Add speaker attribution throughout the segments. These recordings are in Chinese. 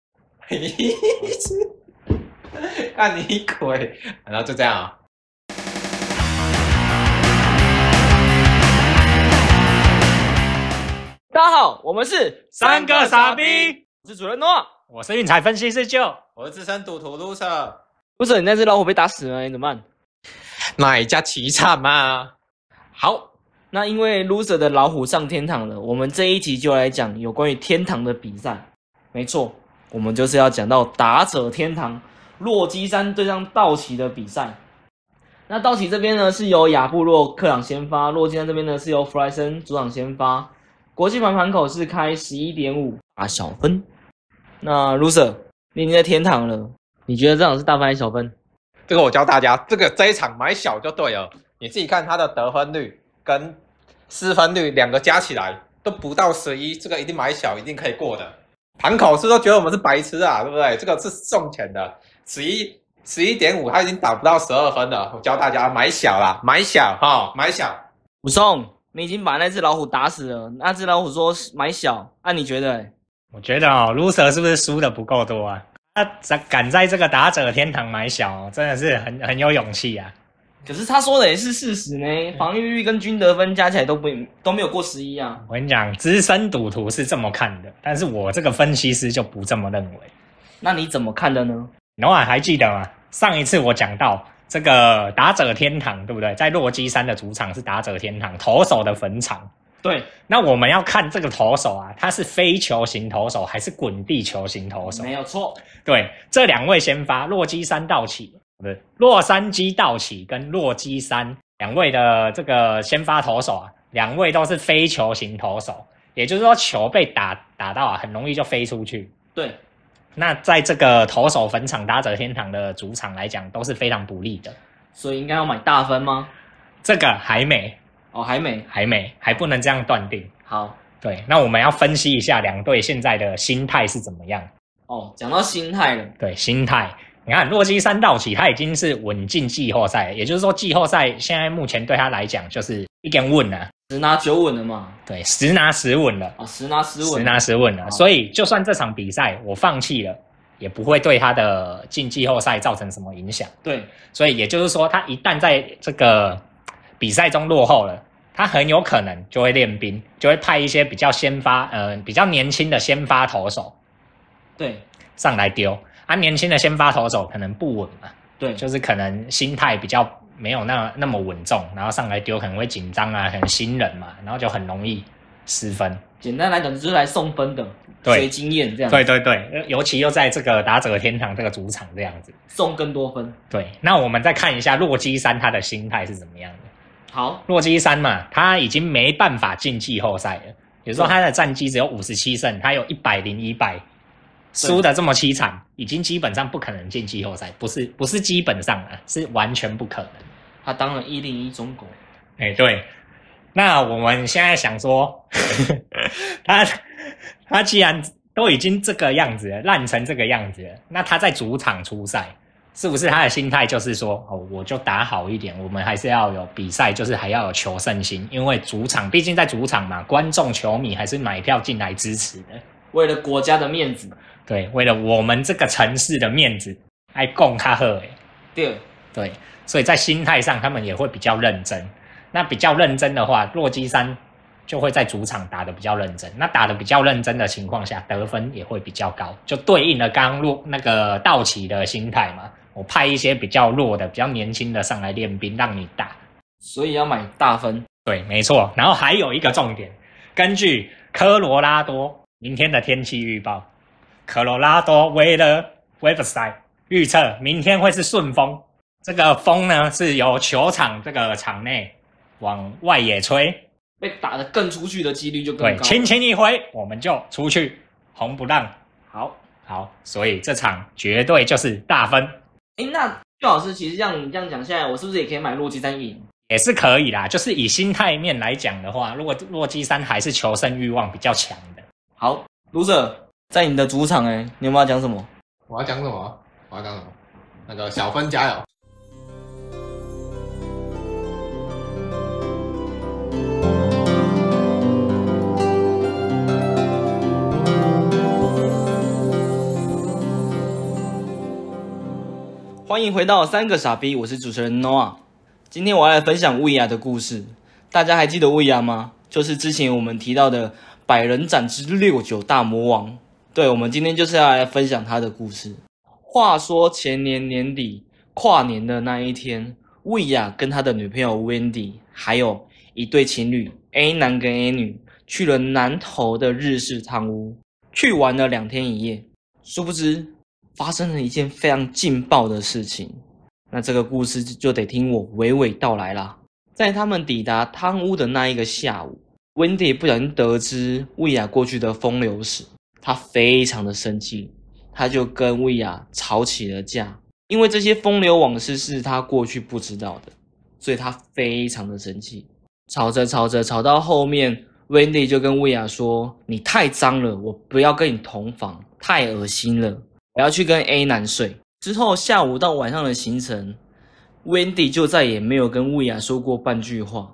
Speaker 1: 看你鬼，然后就这样、哦。
Speaker 2: 大家好，我们是
Speaker 3: 三个傻逼，
Speaker 2: 我是主任诺。
Speaker 3: 我是运彩分析师舅，
Speaker 1: 我是资深赌徒 loser，
Speaker 2: 不是你那只老虎被打死了，你怎么办？
Speaker 1: 哪一家凄惨啊？好，
Speaker 2: 那因为 loser 的老虎上天堂了，我们这一集就来讲有关于天堂的比赛。没错，我们就是要讲到打者天堂洛基山对上道奇的比赛。那道奇这边呢是由亚布洛克朗先发，洛基山这边呢是由弗莱森主场先发，国际盘盘口是开十一点五啊小分。那 loser 你已经在天堂了，你觉得这场是大分还是小分？
Speaker 1: 这个我教大家，这个这一场买小就对了。你自己看他的得分率跟失分率两个加起来都不到十一，这个一定买小，一定可以过的。盘口是都觉得我们是白痴啊，对不对？这个是送钱的，十一十一点五，他已经打不到十二分了。我教大家买小啦，买小哈、买小。
Speaker 2: 武松，你已经把那只老虎打死了。那只老虎说买小，那、你觉得、欸？
Speaker 3: 我觉得哦，loser 是不是输的不够多啊？他在敢在这个打者天堂买小、哦，真的是很很有勇气啊！
Speaker 2: 可是他说的也是事实呢，防御率跟均得分加起来都不都没有过十一啊。
Speaker 3: 我跟你讲，资深赌徒是这么看的，但是我这个分析师就不这么认为。
Speaker 2: 那你怎么看的呢？
Speaker 3: 你偶尔还记得吗？上一次我讲到这个打者天堂，对不对？在洛基山的主场是打者天堂，投手的坟场。
Speaker 2: 对，
Speaker 3: 那我们要看这个投手啊，他是飞球型投手还是滚地球型投手？
Speaker 2: 没有错。
Speaker 3: 对，这两位先发，洛基山道奇，不是洛杉矶道奇跟洛基山两位的这个先发投手啊，两位都是飞球型投手，也就是说球被打打到啊，很容易就飞出去。
Speaker 2: 对，
Speaker 3: 那在这个投手坟场打者天堂的主场来讲，都是非常不利的。
Speaker 2: 所以应该要买大分吗？
Speaker 3: 这个还没，
Speaker 2: 哦，还没。
Speaker 3: 还没，还不能这样断定。
Speaker 2: 好
Speaker 3: 对，那我们要分析一下两队现在的心态是怎么样。
Speaker 2: 哦，讲到心态了，
Speaker 3: 对，心态。你看，洛基山道奇他已经是稳进季后赛了，也就是说，季后赛现在目前对他来讲就是一根稳啊，
Speaker 2: 十拿九稳了嘛？
Speaker 3: 对，十拿十稳了，
Speaker 2: 啊，十拿十稳，
Speaker 3: 十拿十稳了。
Speaker 2: 好
Speaker 3: 所以，就算这场比赛我放弃了，也不会对他的进季后赛造成什么影响。
Speaker 2: 对，
Speaker 3: 所以，也就是说，他一旦在这个比赛中落后了，他很有可能就会练兵，就会派一些比较先发，呃，比较年轻的先发投手
Speaker 2: 对，
Speaker 3: 上来丢。啊，年轻的先发投手可能不稳嘛，
Speaker 2: 对，
Speaker 3: 就是可能心态比较没有那那么稳重，然后上来丢可能会紧张啊，很新人嘛，然后就很容易失分。
Speaker 2: 简单来讲就是来送分的，
Speaker 3: 对
Speaker 2: 随经验这样，
Speaker 3: 对，对对，尤其又在这个打者天堂这个主场这样子。
Speaker 2: 送更多分。
Speaker 3: 对，那我们再看一下洛基山他的心态是怎么样的。
Speaker 2: 好，
Speaker 3: 洛基山嘛，他已经没办法进季后赛了。有时候他的战绩只有五十七胜，他有一百零一败，输的这么凄惨，已经基本上不可能进季后赛，不是不是基本上啊，是完全不可能。
Speaker 2: 他当了一零一中国，
Speaker 3: 哎、对，那我们现在想说，他他既然都已经这个样子了，烂成这个样子了，那他在主场出赛，是不是他的心态就是说，哦，我就打好一点，我们还是要有比赛，就是还要有求胜心，因为主场毕竟在主场嘛，观众球迷还是买票进来支持的，
Speaker 2: 为了国家的面子，
Speaker 3: 对，为了我们这个城市的面子，爱供他喝哎。
Speaker 2: 对，
Speaker 3: 对，所以在心态上他们也会比较认真。那比较认真的话，洛基山就会在主场打得比较认真。那打得比较认真的情况下，得分也会比较高，就对应了刚刚洛那个道奇的心态嘛。我派一些比较弱的、比较年轻的上来练兵，让你打。
Speaker 2: 所以要买大分。
Speaker 3: 对，没错。然后还有一个重点，根据科罗拉多明天的天气预报，科罗拉多威勒 website 预测明天会是顺风。这个风呢是由球场这个场内往外野吹，
Speaker 2: 被打得更出去的几率就更
Speaker 3: 对，
Speaker 2: 高。
Speaker 3: 轻轻一挥我们就出去，红不让。
Speaker 2: 好，
Speaker 3: 好，所以这场绝对就是大分，
Speaker 2: 哎，那邱老师，其实像你这样讲下来，我是不是也可以买洛基山赢？
Speaker 3: 也是可以啦。就是以心态面来讲的话，如果洛基山还是求生欲望比较强的，
Speaker 2: 好，loser，在你的主场哎、你有没有要讲什么？
Speaker 1: 我要讲什么？我要讲什么？那个小分加油。
Speaker 2: 欢迎回到三个傻逼，我是主持人 Noah。今天我要来分享乌鸦的故事。大家还记得乌鸦吗？就是之前我们提到的百人斩之六九大魔王。对，我们今天就是要来分享他的故事。话说前年年底跨年的那一天，乌鸦跟他的女朋友 Wendy 还有一对情侣 A 男跟 A 女去了南投的日式汤屋，去玩了两天一夜。殊不知，发生了一件非常劲爆的事情。那这个故事就就得听我娓娓道来啦。在他们抵达汤屋的那一个下午，温迪不小心得知薇娅过去的风流史，他非常的生气，他就跟薇娅吵起了架。因为这些风流往事是他过去不知道的，所以他非常的生气。吵着吵着，吵到后面，温迪就跟薇娅说：“你太脏了，我不要跟你同房，太恶心了。”我要去跟 A 男睡。之后下午到晚上的行程，Wendy 就再也没有跟乌雅说过半句话，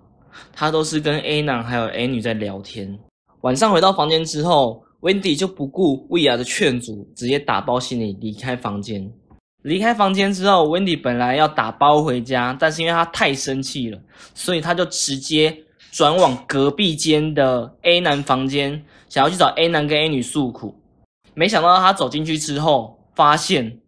Speaker 2: 她都是跟 A 男还有 A 女在聊天。晚上回到房间之后，Wendy 就不顾乌雅的劝阻，直接打包行李离开房间。离开房间之后，Wendy 本来要打包回家，但是因为她太生气了，所以她就直接转往隔壁间的 A 男房间，想要去找 A 男跟 A 女诉苦。没想到他走进去之后，发现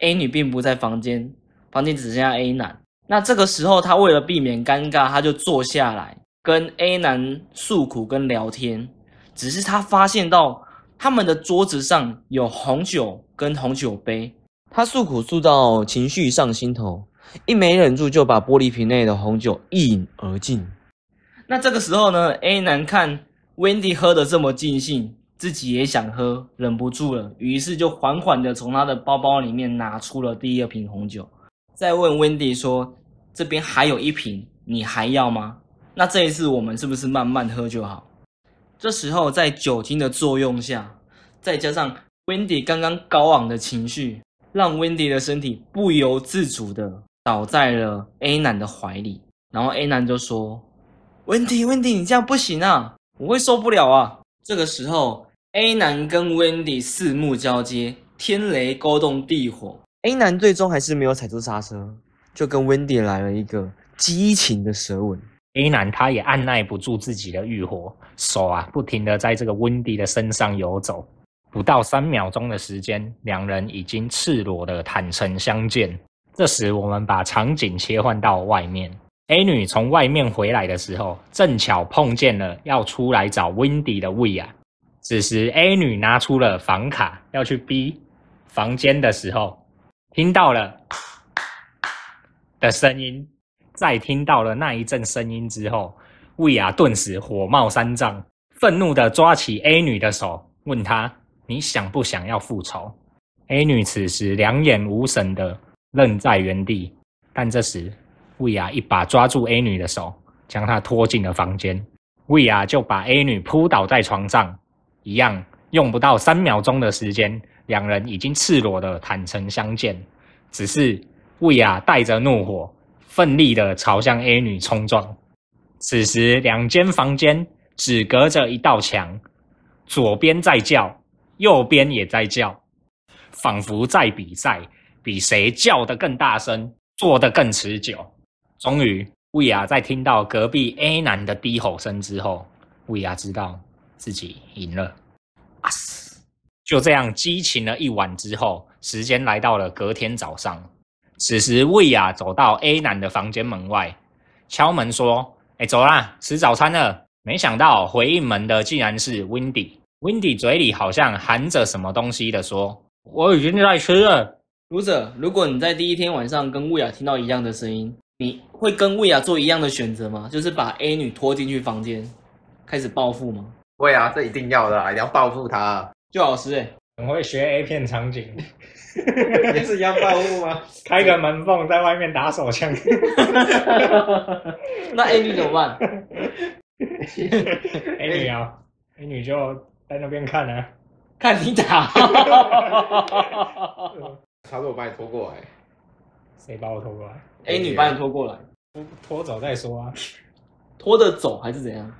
Speaker 2: A 女并不在房间，房间只剩下 A 男。那这个时候，他为了避免尴尬，他就坐下来跟 A 男诉苦跟聊天。只是他发现到他们的桌子上有红酒跟红酒杯，他诉苦诉到情绪上心头，一没忍住就把玻璃瓶内的红酒一饮而尽。那这个时候呢，A 男看 Wendy 喝得这么尽兴，自己也想喝，忍不住了，于是就缓缓的从他的包包里面拿出了第二瓶红酒，再问 Wendy 说：“这边还有一瓶，你还要吗？”那这一次我们是不是慢慢喝就好？这时候在酒精的作用下，再加上 Wendy 刚刚高昂的情绪，让 Wendy 的身体不由自主的倒在了 A 男的怀里，然后 A 男就说：“温迪，温迪，你这样不行啊，我会受不了啊！这个时候，A 男跟温迪四目交接，天雷勾动地火。A 男最终还是没有踩住刹车，就跟温迪来了一个激情的舌吻。
Speaker 3: A 男他也按耐不住自己的欲火，手啊不停的在这个温迪的身上游走。不到三秒钟的时间，两人已经赤裸的坦诚相见。这时，我们把场景切换到外面。A 女从外面回来的时候，正巧碰见了要出来找温迪的薇娅。此时，A 女拿出了房卡要去 B 房间的时候，听到了的声音，在听到了那一阵声音之后，魏雅顿时火冒三丈，愤怒地抓起 A 女的手，问她：“你想不想要复仇？”A 女此时两眼无神地愣在原地，但这时魏雅一把抓住 A 女的手，将她拖进了房间。魏雅就把 A 女扑倒在床上，一样用不到三秒钟的时间，两人已经赤裸的坦诚相见。只是魏雅带着怒火，奋力的朝向 A 女冲撞。此时，两间房间只隔着一道墙，左边在叫，右边也在叫，仿佛在比赛，比谁叫得更大声，做得更持久。终于，魏雅在听到隔壁 A 男的低吼声之后，魏雅知道自己赢了。啊嘶！就这样激情了一晚之后，时间来到了隔天早上。此时，魏雅走到 A 男的房间门外，敲门说：“哎、走啦，吃早餐了。”没想到回应门的竟然是 Windy。Windy 嘴里好像含着什么东西的说：“我已经在吃了。
Speaker 2: 读者，如果你在第一天晚上跟薇娅听到一样的声音，你会跟薇娅做一样的选择吗？就是把 A 女拖进去房间，开始报复吗？
Speaker 1: 对啊，这一定要的啊，一定要报复 他，
Speaker 2: 就老师、 欸，”
Speaker 3: 很会学 A 片场景，
Speaker 1: 也是一样报复吗？
Speaker 3: 开个门缝在外面打手 枪。
Speaker 2: 那 A 女怎么办？
Speaker 3: A 女啊，A 女就在那边看 啊。
Speaker 2: 看你 打。
Speaker 1: 他如果把你拖过来，
Speaker 3: 谁把我拖过来？
Speaker 2: A 女把你拖过来，
Speaker 3: 拖拖走再说啊，
Speaker 2: 拖着走还是怎样？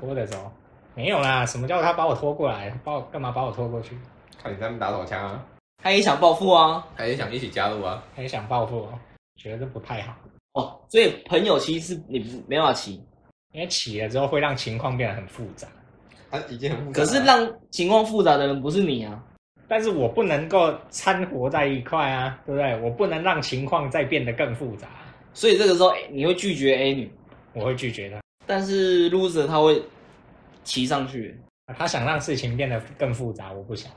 Speaker 3: 拖着走。没有啦，什么叫他把我拖过来？把我干嘛把我拖过去？
Speaker 1: 看你在那边打手枪啊，
Speaker 2: 他也想暴富啊。
Speaker 1: 他也想一起加入啊。
Speaker 3: 很想报复哦，觉得这不太好，
Speaker 2: 哦，所以朋友其实是你不没办法
Speaker 3: 啊
Speaker 2: 骑，
Speaker 3: 因为起了之后会让情况变得很复杂。
Speaker 1: 他已经很复杂
Speaker 2: 可
Speaker 1: 了
Speaker 2: 是让情况复杂的人不是你啊。
Speaker 3: 但是我不能够掺和在一块啊，对不对？我不能让情况再变得更复杂，
Speaker 2: 所以这个时候哎你会拒绝 A 女，
Speaker 3: 我会拒绝他。
Speaker 2: 但是 loser 他会骑上去。
Speaker 3: 他想让事情变得更复杂，我不想。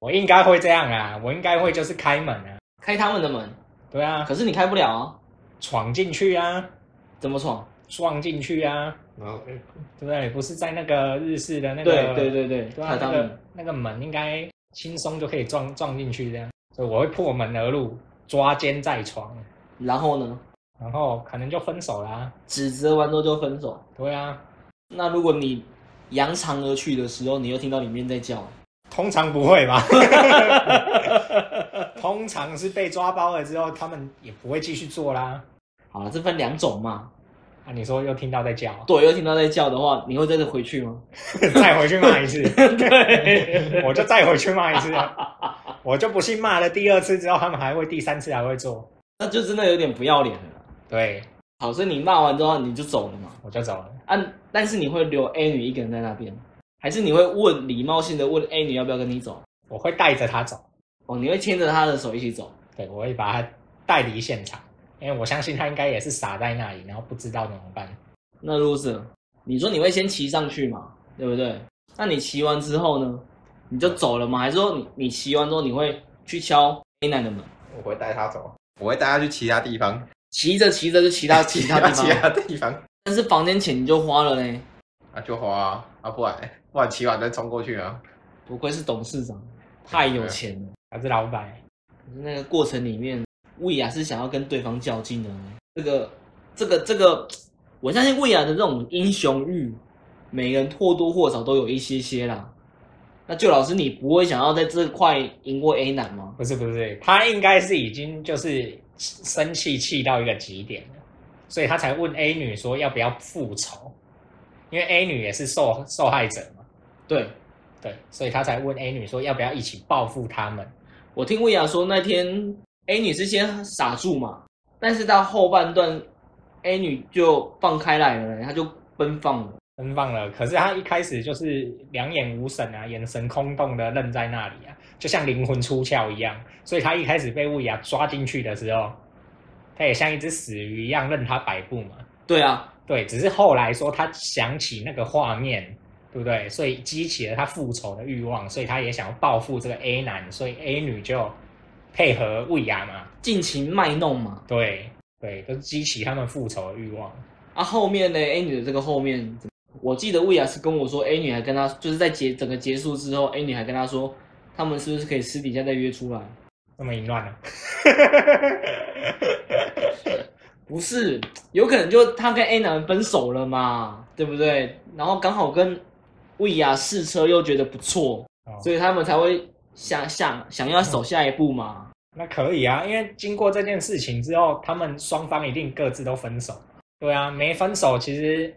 Speaker 3: 我应该会这样啊，我应该会就是开门啊，
Speaker 2: 开他们的门，
Speaker 3: 对啊，
Speaker 2: 可是你开不了啊，
Speaker 3: 闯进去啊，
Speaker 2: 怎么闯？
Speaker 3: 撞进去啊，
Speaker 1: 然后呃
Speaker 3: 对不对？不是在那个日式的那
Speaker 2: 对
Speaker 3: 个，
Speaker 2: 对对对，
Speaker 3: 对啊
Speaker 2: 开，
Speaker 3: 那
Speaker 2: 他们
Speaker 3: 个那个门应该轻松就可以撞撞进去这样，所以我会破门而入，抓奸在床，
Speaker 2: 然后呢，
Speaker 3: 然后可能就分手啦、
Speaker 2: 指责完之后就分手。
Speaker 3: 对啊，
Speaker 2: 那如果你扬长而去的时候，你又听到里面在叫，
Speaker 3: 通常不会吧？通常是被抓包了之后，他们也不会继续做啦。
Speaker 2: 好了，这分两种嘛。
Speaker 3: 啊，你说又听到在叫，
Speaker 2: 对，又听到在叫的话，你会再回去吗？
Speaker 3: 再回去骂一次，
Speaker 2: 对
Speaker 3: 我就再回去骂一次啊，我就不信骂了第二次之后，他们还会第三次还会做，
Speaker 2: 那就真的有点不要脸了。
Speaker 3: 对，
Speaker 2: 好，所以你骂完之后你就走了嘛？
Speaker 3: 我就走了。
Speaker 2: 啊，但是你会留 A 女一个人在那边，还是你会问礼貌性的问 A 女要不要跟你走？
Speaker 3: 我会带着他走，
Speaker 2: 哦，你会牵着她的手一起走。
Speaker 3: 对，我会把他带离现场，因为我相信他应该也是傻在那里，然后不知道怎么办。
Speaker 2: 那 loser，你说你会先骑上去嘛，对不对？那你骑完之后呢，你就走了吗？还是说你你骑完之后你会去敲 A 男的门？
Speaker 1: 我会带他走，我会带他去其他地方，
Speaker 2: 骑着骑着就骑到其他地
Speaker 1: 其
Speaker 2: 方，
Speaker 1: 他地方
Speaker 2: 但是房间钱你就花了呢。
Speaker 1: 啊，就花啊，啊不然不然骑完再冲过去啊。
Speaker 2: 不愧是董事长，太有钱了。
Speaker 3: 他是老板，
Speaker 2: 可啊是那个过程里面，魏雅是想要跟对方较劲的呢。这个这个这个，我相信魏雅的这种英雄欲，每个人或多或少都有一些些啦。那就老师，你不会想要在这块赢过 A 男吗？
Speaker 3: 不是不是，他应该是已经就是生气气到一个极点了，所以他才问 A 女说要不要复仇，因为 A 女也是受受害者嘛。
Speaker 2: 对
Speaker 3: 对，所以他才问 A 女说要不要一起报复他们。
Speaker 2: 我听魏雅说，那天 A 女是先傻住嘛，但是到后半段，A 女就放开来了呢，她就奔放了。
Speaker 3: 奔放了，可是他一开始就是两眼无神啊，眼神空洞的愣在那里啊，就像灵魂出窍一样。所以他一开始被乌鸦抓进去的时候，他也像一只死鱼一样任他摆布嘛。
Speaker 2: 对啊，
Speaker 3: 对，只是后来说他想起那个画面，对不对？所以激起了他复仇的欲望，所以他也想要报复这个 A 男，所以 A 女就配合乌鸦嘛，
Speaker 2: 尽情卖弄嘛。
Speaker 3: 对对，都是激起他们复仇的欲望。
Speaker 2: 啊，后面呢？A 女的这个后面怎么，我记得魏雅是跟我说，A 女还跟她就是在结整个结束之后，A 女还跟她说，他们是不是可以私底下再约出来？
Speaker 3: 这么淫乱呢、
Speaker 2: 不是，有可能就她跟 A 男分手了嘛，对不对？然后刚好跟魏雅试车又觉得不错，
Speaker 3: 哦
Speaker 2: 所以他们才会想想想要走下一步嘛。
Speaker 3: 那可以啊，因为经过这件事情之后，他们双方一定各自都分手。对啊，没分手其实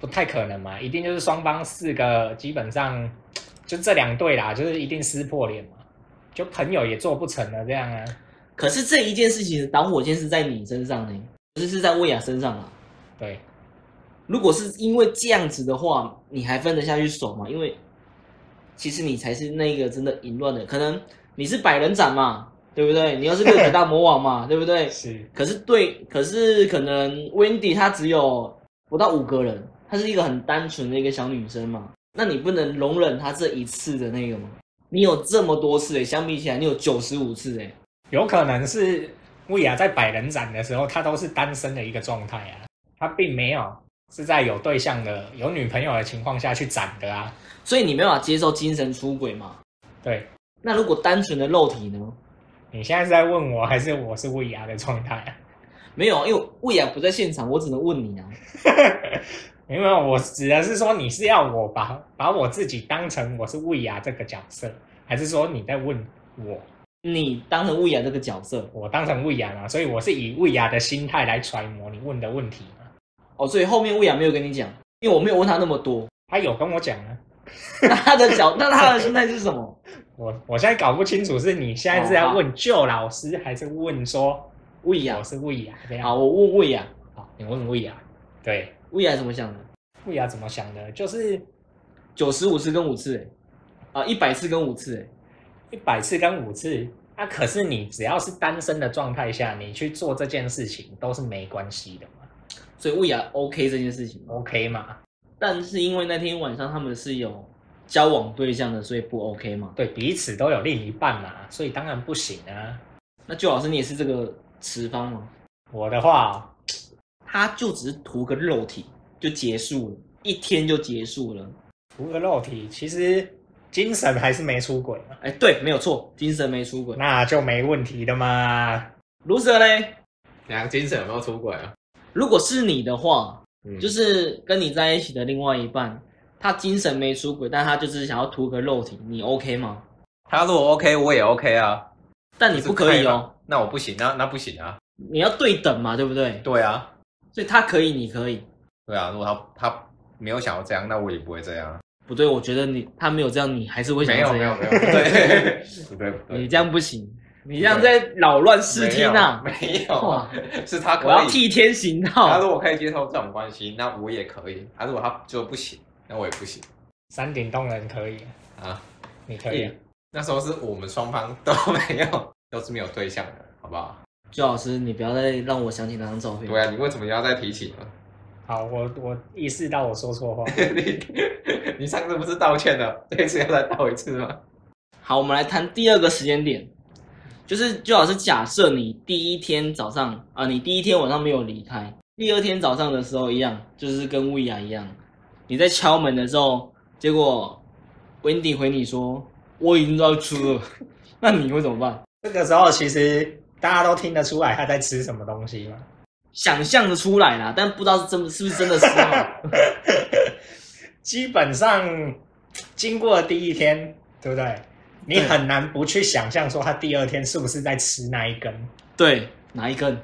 Speaker 3: 不太可能嘛，一定就是双方四个基本上就这两对啦，就是一定撕破脸嘛，就朋友也做不成了这样啊。
Speaker 2: 可是这一件事情的导火线是在你身上呢，不是是在魏雅身上啊。
Speaker 3: 对，
Speaker 2: 如果是因为这样子的话，你还分得下去手吗？因为其实你才是那个真的淫乱的，可能你是百人斩嘛，对不对？你又是六指大魔王嘛，对不对？
Speaker 3: 是
Speaker 2: 可是对，可是可能 Wendy 她只有不到五个人，她是一个很单纯的一个小女生嘛，那你不能容忍她这一次的那个吗？你有这么多次诶、欸相比起来你有九十五次诶、欸
Speaker 3: 有可能是薇娅在百人斩的时候，她都是单身的一个状态啊，她并没有是在有对象的、有女朋友的情况下去斩的啊。
Speaker 2: 所以你没办法接受精神出轨嘛？
Speaker 3: 对
Speaker 2: 那如果单纯的肉体呢？
Speaker 3: 你现在是在问我，还是我是薇娅的状态啊？
Speaker 2: 没有，因为魏雅不在现场，我只能问你啊。
Speaker 3: 没有，我指的是说你是要我把把我自己当成我是魏雅这个角色，还是说你在问我，
Speaker 2: 你当成魏雅这个角色
Speaker 3: 我当成魏雅嘛？所以我是以魏雅的心态来揣摩你问的问题嘛。
Speaker 2: 哦，所以后面魏雅没有跟你讲，因为我没有问他那么多。
Speaker 3: 他有跟我讲啊，
Speaker 2: 那他的 角，那他的心态是什么？
Speaker 3: 我我现在搞不清楚，是你现在是在
Speaker 2: 哦好
Speaker 3: 问旧老师，还是问说
Speaker 2: 魏雅
Speaker 3: 我，是魏雅这样？
Speaker 2: 好，我问魏雅，
Speaker 3: 好，你问魏雅。对，
Speaker 2: 魏雅怎么想的？
Speaker 3: 魏雅怎么想的？就是
Speaker 2: 九十五次跟五次、欸，啊，一百次跟五次、欸，
Speaker 3: 一百次跟五次。啊，可是你只要是单身的状态下，你去做这件事情都是没关系的嘛
Speaker 2: 所以魏雅 OK 这件事情。
Speaker 3: ，OK 嘛？
Speaker 2: 但是因为那天晚上他们是有交往对象的，所以不 OK 嘛。
Speaker 3: 对，彼此都有另一半嘛，所以当然不行啊。
Speaker 2: 那就老师你也是这个持方吗？
Speaker 3: 我的话，
Speaker 2: 他就只是图个肉体就结束了，一天就结束了。
Speaker 3: 除了肉体，其实精神还是没出轨嘛，
Speaker 2: 哎，对，没有错，精神没出轨。
Speaker 3: 那就没问题的嘛。
Speaker 2: 卢 Sir 嘞，
Speaker 1: 梁精神有没有出轨啊？
Speaker 2: 如果是你的话，
Speaker 1: 嗯
Speaker 2: 就是跟你在一起的另外一半，他精神没出轨，但他就是想要图个肉体，你 OK 吗？
Speaker 1: 他如果 OK，我也 OK 啊。
Speaker 2: 但你不可以
Speaker 1: 是
Speaker 2: 哦，
Speaker 1: 吧，那我不行啊，那不行啊。
Speaker 2: 你要对等嘛，对不对？
Speaker 1: 对啊，
Speaker 2: 所以他可以，你可以。
Speaker 1: 对啊，如果他他没有想要这样，那我也不会这样啊。
Speaker 2: 不对，我觉得你他没有这样，你还是会想
Speaker 1: 没
Speaker 2: 要
Speaker 1: 有
Speaker 2: 这
Speaker 1: 没有
Speaker 2: 样。
Speaker 1: 没有，不对不对不
Speaker 2: 你
Speaker 1: 对，
Speaker 2: 这样不行，你这样在扰乱视听呐、
Speaker 1: 没有
Speaker 2: 哇
Speaker 1: 啊，是他可
Speaker 2: 我要
Speaker 1: 以。
Speaker 2: 替天行
Speaker 1: 他
Speaker 2: 道。
Speaker 1: 如果可以接受这种关系，那我也可以；他如果他就不行，那我也不行
Speaker 3: 山顶洞人可以，
Speaker 1: 啊。
Speaker 3: 你可以。
Speaker 1: 嗯那时候是我们双方都没有， 都是没有对象的，好不好？
Speaker 2: 周老师，你不要再让我想起那张照片。
Speaker 1: 对啊，你为什么要再提起呢？
Speaker 3: 好，我我意识到我说错话。
Speaker 1: 你你上次不是道歉了，这一次要再道一次吗？
Speaker 2: 好，我们来谈第二个时间点，就是周老师假设你第一天早上啊、你第一天晚上没有离开，第二天早上的时候一样，就是跟薇娅一样，你在敲门的时候，结果 Wendy 回你说我已经要吃了， 那你会怎么办？
Speaker 3: 这个时候其实大家都听得出来他在吃什么东西嘛。
Speaker 2: 想象的出来啦，但不知道是真是不是真的吃嘛？
Speaker 3: 基本上经过第一天，对不对？你
Speaker 2: 对
Speaker 3: 很难不去想象说他第二天是不是在吃那一根。
Speaker 2: 对，哪一根？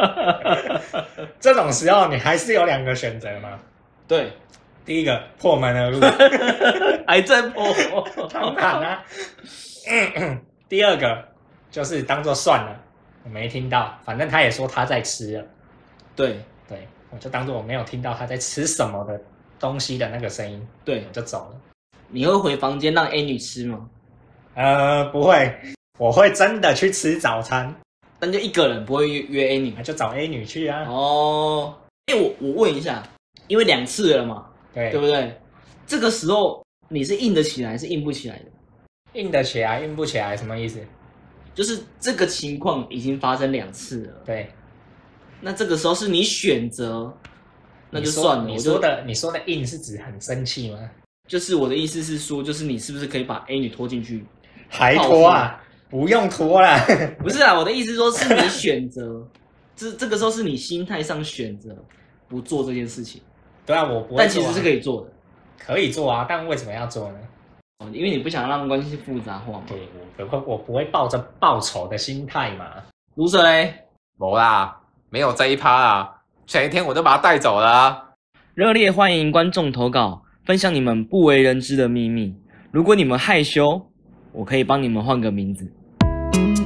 Speaker 3: 这种时候你还是有两个选择嘛。
Speaker 2: 对，
Speaker 3: 第一个破门而入，
Speaker 2: 癌症破。
Speaker 3: 当然啦、啊嗯嗯第二个就是当做算了，我没听到，反正他也说他在吃了，
Speaker 2: 对
Speaker 3: 对我就当做我没有听到他在吃什么的东西的那个声音，
Speaker 2: 对
Speaker 3: 我，就走了。
Speaker 2: 你会回房间让 A 女吃吗？
Speaker 3: 呃，不会，我会真的去吃早餐，
Speaker 2: 但就一个人不会约约 A 女
Speaker 3: 那。就找 A 女去啊。
Speaker 2: 哦，哎、我我问一下，因为两次了嘛，
Speaker 3: 对，
Speaker 2: 对不对？这个时候你是硬得起来，是硬不起来的？
Speaker 3: 硬得起来，硬不起来，什么意思？
Speaker 2: 就是这个情况已经发生两次了，
Speaker 3: 对，
Speaker 2: 那这个时候是你选择，那
Speaker 3: 你
Speaker 2: 就
Speaker 3: 说
Speaker 2: 算了。
Speaker 3: 你
Speaker 2: 我
Speaker 3: 说
Speaker 2: 就
Speaker 3: 的，你说的硬是指很生气吗？
Speaker 2: 就是我的意思是说，就是你是不是可以把 A 女拖进去？
Speaker 3: 还拖啊？不用拖啦。
Speaker 2: 不是啊，我的意思说是你选择， 这这个时候是你心态上选择不做这件事情，
Speaker 3: 对啊，我不会做啊、
Speaker 2: 但其实是可以做的，
Speaker 3: 可以做啊，但为什么要做呢？
Speaker 2: 哦因为你不想让关系复杂化嘛。
Speaker 3: 对我不会，我不会抱着报仇的心态嘛。
Speaker 2: 卢 Sir 嘞，
Speaker 1: 没啦，没有这一趴啦。前一天我都把他带走了啊、
Speaker 2: 热烈欢迎观众投稿，分享你们不为人知的秘密。如果你们害羞，我可以帮你们换个名字。